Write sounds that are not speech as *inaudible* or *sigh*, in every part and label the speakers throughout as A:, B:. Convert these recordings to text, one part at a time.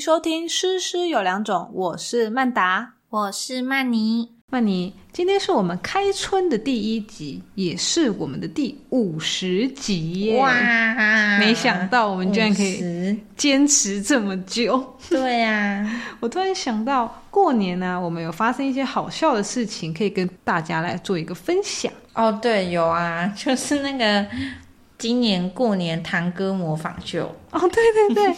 A: 收听《诗诗有两种》，我是曼达，
B: 我是曼妮。
A: 曼妮，今天是我们开春的第一集，也是我们的第五十集耶！
B: 哇，
A: 没想到我们居然可以
B: 50
A: 坚持这么久。
B: 对啊呀、
A: 我突然想到，过年呢、我们有发生一些好笑的事情，可以跟大家来做一个分享。
B: 哦，对，有啊，就是那个今年过年堂哥模仿秀，
A: 哦，对对对，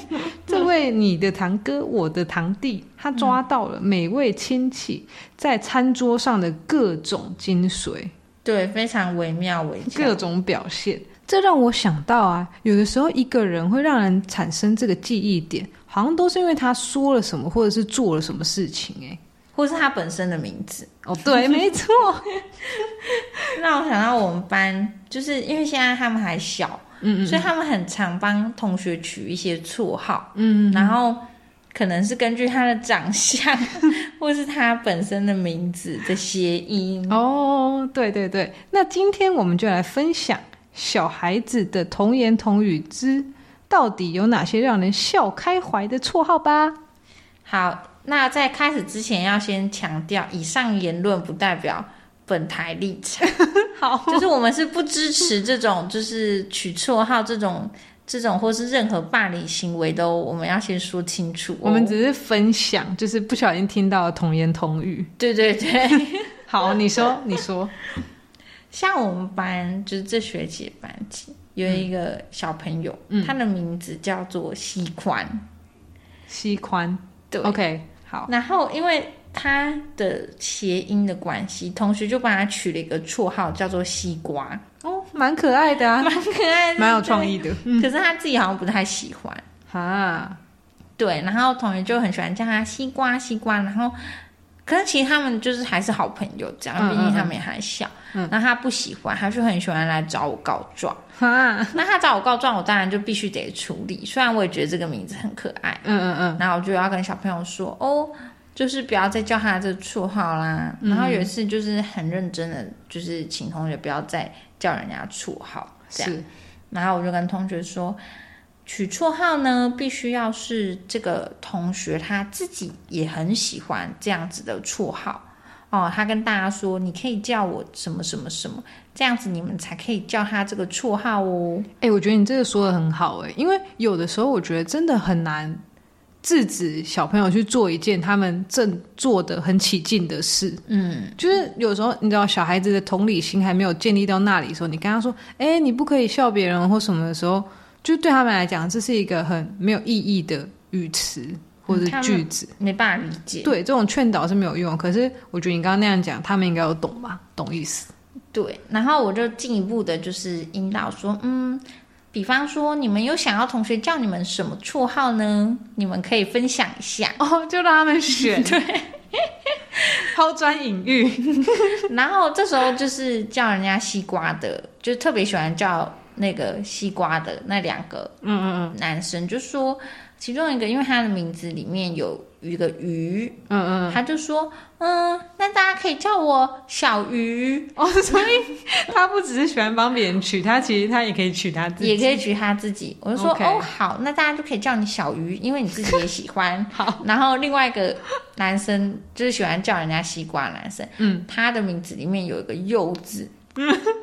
A: 这位你的堂哥，我的堂弟，他抓到了每位亲戚在餐桌上的各种精髓。
B: 对，非常惟妙惟
A: 各
B: 肖。
A: 种表现。这让我想到啊，有的时候一个人会让人产生这个记忆点，好像都是因为他说了什么，或者是做了什么事情、欸。
B: 或是他本身的名字，
A: 哦，对，没错，
B: 让我想到我们班，就是因为现在他们还小，
A: 嗯
B: 所以他们很常帮同学取一些绰号，
A: 嗯，
B: 然后可能是根据他的长相， *laughs* 或是他本身的名字的谐音。
A: *laughs* 哦，对对对。那今天我们就来分享小孩子的童言童语之到底有哪些让人笑开怀的绰号吧。
B: 好，那在开始之前要先强调，以上言论不代表本台立场，
A: *laughs*
B: *laughs*
A: 好，
B: 就是我们是不支持这种就是取绰号这种这种或是任何霸凌行为都，我们要先说清楚哦、
A: 我们只是分享，就是不小心听到的童言童语。
B: 对对对，
A: 好，你说，你说， *laughs*
B: 像我们班就是这学期的班级有一个小朋友，
A: 嗯
B: 他的名字叫做西宽，
A: 西宽。
B: 对
A: OK，好，
B: 然后因为他的谐音的关系，同学就帮他取了一个绰号叫做西瓜，
A: 哦，蛮可爱的啊，
B: 蛮可爱的，
A: 蛮有
B: 对
A: 创意嗯的
B: 可是他自己好像不太喜欢。
A: 啊。
B: 对，然后同学就很喜欢叫他西瓜西瓜，然后可是其实他们就是还是好朋友这样，
A: 嗯
B: 毕竟他们也还小。
A: 嗯
B: 然后他不喜欢，他就很喜欢来找我告
A: *laughs*
B: 状。
A: 哈，
B: 那他找我告状，我当然就必须得处理。虽然我也觉得这个名字很可爱，
A: 嗯嗯嗯，
B: 然后我就要跟小朋友说哦。就是不要再叫他这个绰号啦。
A: 嗯
B: 然后有一次就是很认真的，就是请同学不要再叫人家绰号这样。
A: 是，
B: 然后我就跟同学说，取绰号呢，必须要是这个同学他自己也很喜欢这样子的绰号哦。他跟大家说，你可以叫我什么什么什么，这样子你们才可以叫他这个绰号哦。
A: 哎、我觉得你这个说的很好、哎，因为有的时候我觉得真的很难制止小朋友去做一件他们正做的很起劲的事，
B: 嗯，
A: 就是有时候你知道小孩子的同理心还没有建立到那里的时候，你跟他说，哎、你不可以笑别人或什么的时候，就对他们来讲这是一个很没有意义的语词或者
B: 嗯他们
A: 句子。
B: 没办法理解。
A: 对，这种劝导是没有用。可是我觉得你刚刚那样讲，他们应该有懂吧？懂意思。
B: 对，然后我就进一步的就是引导说，嗯。比方说，你们有想要同学叫你们什么绰号呢？你们可以分享一下。
A: 哦，就让他们
B: *laughs*
A: 选，对，抛砖引玉。
B: *laughs* 然后这时候就是叫人家西瓜的，就特别喜欢叫那个西瓜的那两个
A: 嗯嗯
B: 男生，就说其中一个，因为他的名字里面有一个鱼，
A: 嗯嗯
B: 他就说，嗯，那大家可以叫我小鱼，
A: 嗯。哦，所以他不只是喜欢帮别人取，他其实他也可以取他自己。
B: 也可以取他自己。我就说
A: OK
B: 哦，好，那大家就可以叫你小鱼，因为你自己也喜欢。
A: *laughs* 好，
B: 然后另外一个男生就是喜欢叫人家西瓜的男生，
A: 嗯，
B: 他的名字里面有一个柚
A: *laughs*
B: 字，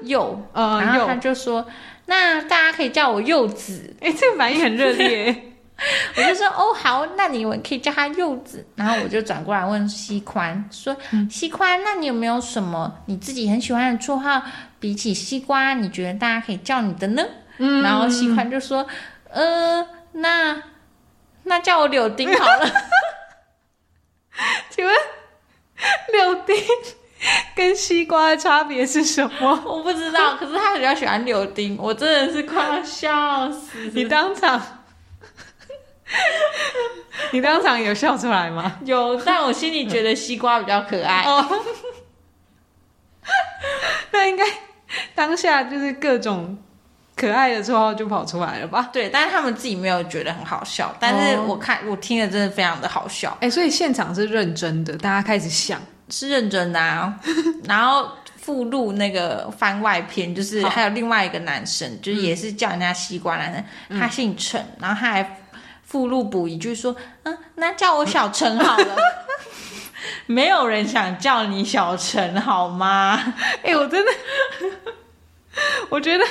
B: 柚。
A: 呃，
B: 然后
A: 柚
B: 他，就说：“那大家可以叫我柚子。
A: 哎、这个反应很热
B: *laughs*
A: 烈。”
B: 我就说：“哦，好，那你们可以叫他柚子。”然后我就转过来问西宽说：“
A: 嗯
B: 西宽，那你有没有什么你自己很喜欢的绰号？比起西瓜，你觉得大家可以叫你的呢？”
A: 嗯
B: 然后西宽就说：“呃，那那叫我柳丁好了。 *laughs*
A: 请问柳丁跟西瓜的差别是什么？”
B: 我不知道，可是他比较喜欢柳丁，我真的是快要笑死。
A: 你当场， *laughs* 你当场有笑出来吗？
B: 有，但我心里觉得西瓜比较可爱。
A: 哦，那应该当下就是各种可爱的绰号就跑出来了吧？
B: 对，但是他们自己没有觉得很好笑，但
A: 哦
B: 是我看、我听了真的非常的好笑，
A: 哎、所以现场是认真的，大家开始想，
B: 是认真的啊。 *laughs* 然后附录那个番外篇，就是
A: 好
B: 还有另外一个男生，就是也
A: 嗯
B: 是叫人家西瓜男生，他姓陈，然后他还附录补一句说，嗯，那叫我小陈好了。 *laughs* 没有人想叫你小陈好吗？
A: 哎、我真的， *laughs* 我觉得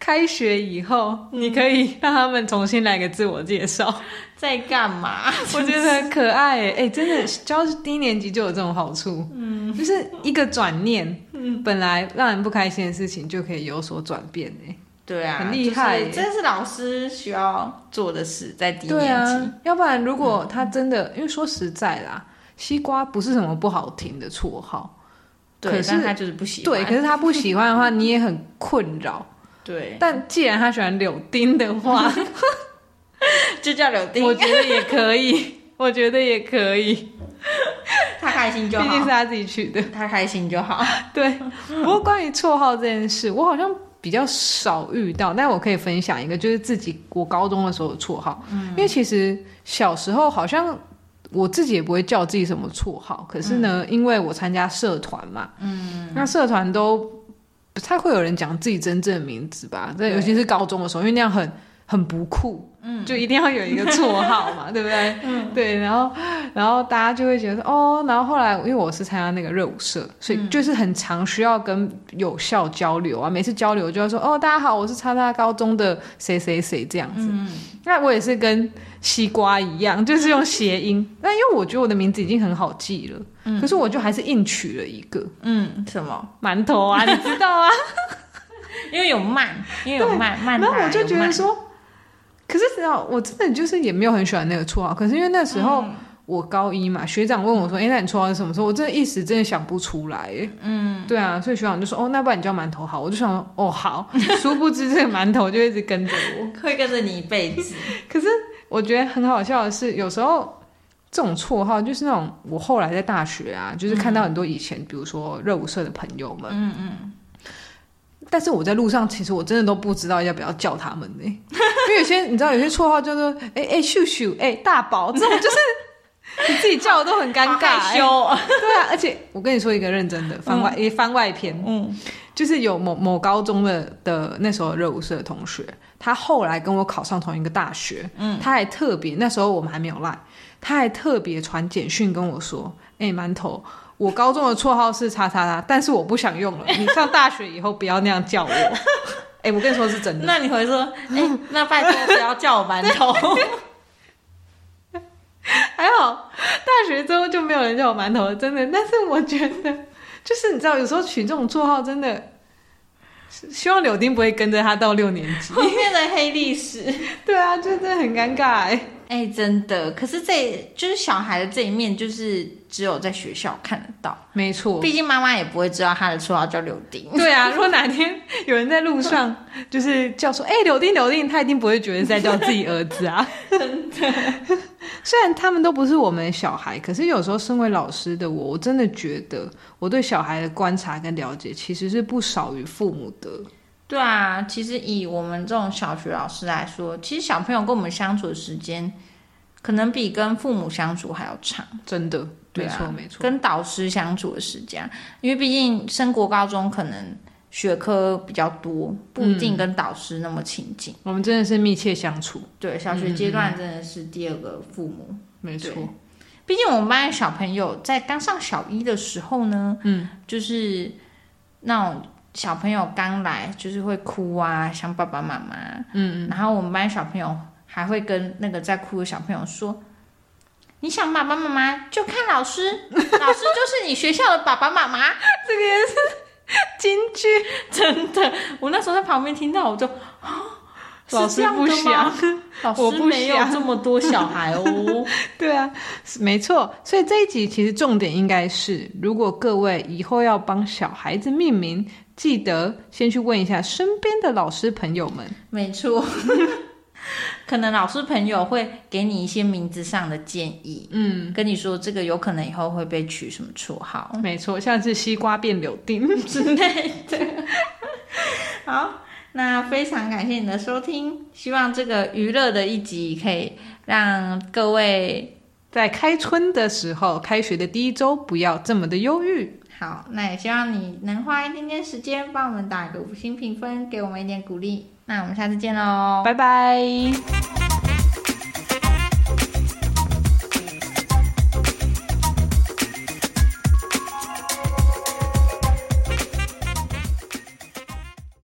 A: 开学以后，你可以让他们重新来个自我介绍，
B: *laughs* 在干嘛？
A: 我觉得很可爱哎、哎真的教低年级就有这种好处，嗯，就是一个转念，嗯，本来让人不开心的事情就可以有所转变哎、
B: *laughs* 对啊，
A: 很厉害
B: 就是这是老师需要做的事，在低
A: 对
B: 年级。
A: 啊，要不然如果他真的，因为说实在啦，西瓜不是什么不好听的绰号，
B: 对，
A: 可是
B: 但他就是不喜
A: 对，
B: 欢。
A: 可是他不喜欢的话，你也很困扰。
B: *laughs* 对
A: 但既然他喜欢柳丁的
B: *laughs*
A: 话，
B: 就叫柳丁，
A: 我觉得也可以，我觉得也可以，毕
B: 他开心就
A: 竟是
B: 好，
A: 他自己取的。
B: 他开心就好。
A: 对， *laughs* 不过关于绰号这件事，我好像比较少遇到，但我可以分享一个，就是自己我高中的时候的绰号。因为其实小时候好像我自己也不会叫自己什么绰号，可是呢，因为我参加社团嘛，嗯，那社团都不太会有人讲自己真正的名字吧？对，
B: 对
A: 尤其是高中的时候，因为那样很很不酷，嗯，就一定要有一个绰号嘛，对不对？嗯，对，然后然后大家就会觉得说哦，然后后来因为我是参加那个热舞社，所以就是很常需要跟有效交流啊。每次交流就要说哦，大家好，我是叉叉高中的谁谁谁这样子。那我也是跟西瓜一样，就是用谐音。 *laughs* 那因为我觉得我的名字已经很好记了，可是我就还是硬取了一个
B: 嗯，什么？
A: 馒头啊，你知道啊。
B: 因为有慢，因为有慢 *laughs* 慢
A: 然
B: 打，
A: 后我就觉
B: 有
A: 得
B: 慢
A: 说，可是只要我真的就是也没有很喜欢那个绰号，可是因为那时候。
B: 嗯
A: 我高一嘛，学长问我说：“哎、那你绰号是什么？”时候我真的一时真的想不出来、欸。嗯，对啊，所以学长就说：“哦，那不然你叫馒头好。”我就想说：“哦，好。”殊不知这个馒头就一直跟着我。
B: 会跟着你一辈子。
A: 可是 *laughs* 我觉得很好笑的是，有时候这种绰号就是那种我后来在大学啊，就是看到很多以前、比如说热舞社的朋友们，嗯嗯。但是我在路上，其实我真的都不知道要不要叫他们呢、因为有些你知道，有些绰号叫做哎哎秀秀哎大宝这种，就是
B: *laughs*
A: 你自己叫的都很尴
B: 好
A: 尬、
B: 害羞哦。
A: 对啊，而且我跟你说一个认真的番外诶、番外篇，
B: 嗯，
A: 就是有某某高中的的那时候热舞社的同学，他后来跟我考上同一个大学，嗯，他还特别那时候我们还没有赖，他还特别传简讯跟我说，哎、馒头，我高中的绰号是叉叉叉，但是我不想用了，你上大学以后不要那样叫我。哎、我跟你说是真的，
B: 那你回说，哎、那拜托不要叫我馒 *laughs* 头。
A: 还好大学之后就没有人叫我馒头了，真的。但是我觉得，就是你知道，有时候取这种绰号真的。希望柳丁不会跟着他到六年级。
B: 后面的黑历史，
A: 对啊，就真的很尴尬哎、
B: 哎、真的。可是这就是小孩的这一面，就是只有在学校看得到。
A: 没
B: *laughs*
A: 错，
B: 毕竟妈妈也不会知道他的绰号叫柳丁。
A: 对啊，如果哪天有人在路
B: *laughs*
A: 上就是叫说“哎、柳丁柳丁”，他一定不会觉得是在叫自己儿子啊。真的， *laughs* 虽然他们都不是我们的小孩，可是有时候身为老师的我，我真的觉得我对小孩的观察跟了解其实是不少于父母的。
B: 对啊，其实以我们这种小学老师来说，其实小朋友跟我们相处的时间，可能比跟父母相处还要长。
A: 真的，
B: 对
A: 没
B: 啊
A: 错没错，
B: 跟导师相处的时间，因为毕竟升国高中可能学科比较多，不一
A: 嗯
B: 定跟导师那么亲近。
A: 我们真的是密切相处，
B: 对，小学阶
A: 嗯
B: 段真的是第二个父母。
A: 没错。
B: 毕竟我们班的小朋友在刚上小一的时候呢，嗯，就是那种小朋友刚来就是会哭啊，想爸爸妈妈，嗯嗯，然后我们班小朋友还会跟那个在哭的小朋友说。你想爸爸妈妈就看老师， *laughs* 老师就是你学校的爸爸妈 *laughs* 妈。
A: 京剧
B: 真的，我那时候在旁边听到，我就，啊是
A: 老师
B: 这样
A: 不
B: 的吗
A: 想，
B: 老
A: 我
B: 师
A: 不
B: 没有
A: 想
B: *laughs* 这么多小孩哦。
A: *laughs* 对啊，是没错。所以这一集其实重点应该是，如果各位以后要帮小孩子命名，记得先去问一下身边的老师朋友们。
B: 没错， *laughs* 可能老师朋友会给你一些名字上的建议，嗯，跟你说这个有可能以后会被取什么绰号
A: 没错，像是西瓜变柳丁。
B: *laughs* 之类的。 *laughs* 好，那非常感谢你的收听，希望这个娱乐的一集可以让各位
A: 在开春的时候，开学的第一周，不要这么的忧郁。
B: 好，那也希望你能花一点点时间帮我们打个五星评分，给我们一点鼓励。那我们下次见喽，
A: 拜拜。
C: 「